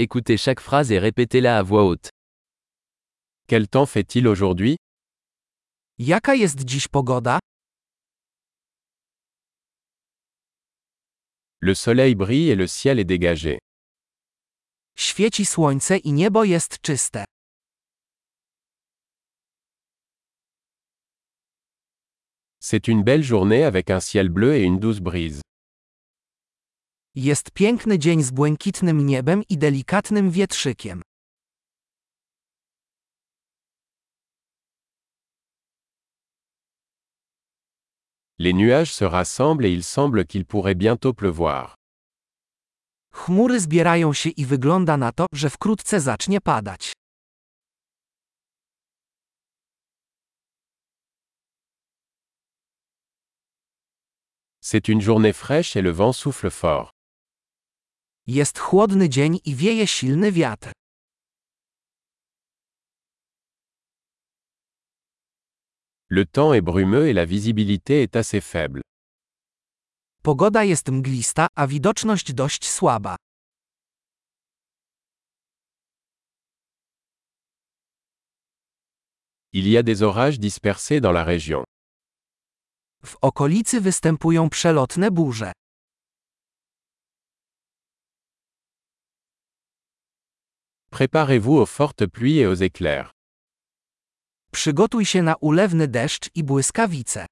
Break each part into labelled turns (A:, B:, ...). A: Écoutez chaque phrase et répétez-la à voix haute. Quel temps fait-il aujourd'hui
B: Jaka jest dziś pogoda?
A: Le soleil brille et le ciel est dégagé.
B: Świeci słońce i niebo jest czyste.
A: C'est une belle journée avec un ciel bleu et une douce brise.
B: Jest piękny dzień z błękitnym niebem i delikatnym wietrzykiem.
A: Les nuages se rassemblent et il semble qu'il pourrait bientôt pleuvoir.
B: Chmury zbierają się i wygląda na to, że wkrótce zacznie padać.
A: C'est une journée fraîche et le vent souffle fort.
B: Jest chłodny dzień i wieje silny wiatr.
A: Le temps est brumeux et la visibilité est assez faible.
B: Pogoda jest mglista, a widoczność dość słaba.
A: Il y a des orages dispersés dans la région.
B: W okolicy występują przelotne burze.
A: Préparez-vous aux fortes pluies et aux éclairs.
B: Przygotuj się na ulewny deszcz i błyskawice.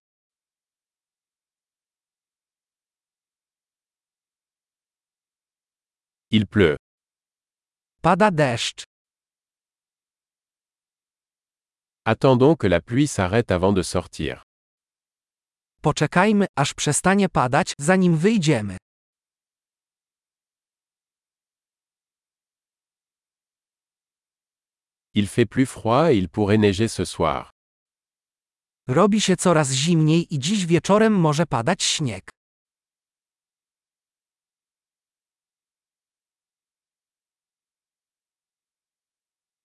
A: Il pleut.
B: Pada deszcz.
A: Attendons que la pluie s'arrête avant de sortir.
B: Poczekajmy, aż przestanie padać, zanim wyjdziemy.
A: Il fait plus froid et il pourrait neiger ce soir.
B: Robi się coraz zimniej i dziś wieczorem może padać śnieg.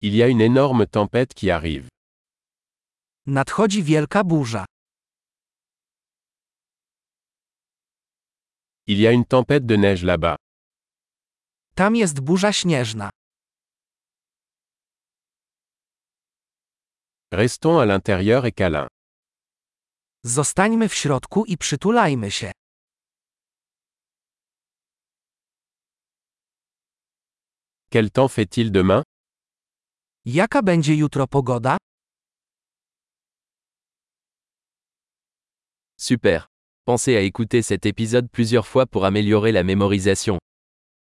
A: Il y a une énorme tempête qui arrive.
B: Nadchodzi wielka burza.
A: Il y a une tempête de neige là-bas.
B: Tam jest burza śnieżna.
A: Restons à l'intérieur et câlin.
B: Zostańmy w środku i przytulajmy się.
A: Quel temps fait-il demain
B: Jaka będzie jutro pogoda?
A: Super. Pensez à écouter cet épisode plusieurs fois pour améliorer la mémorisation.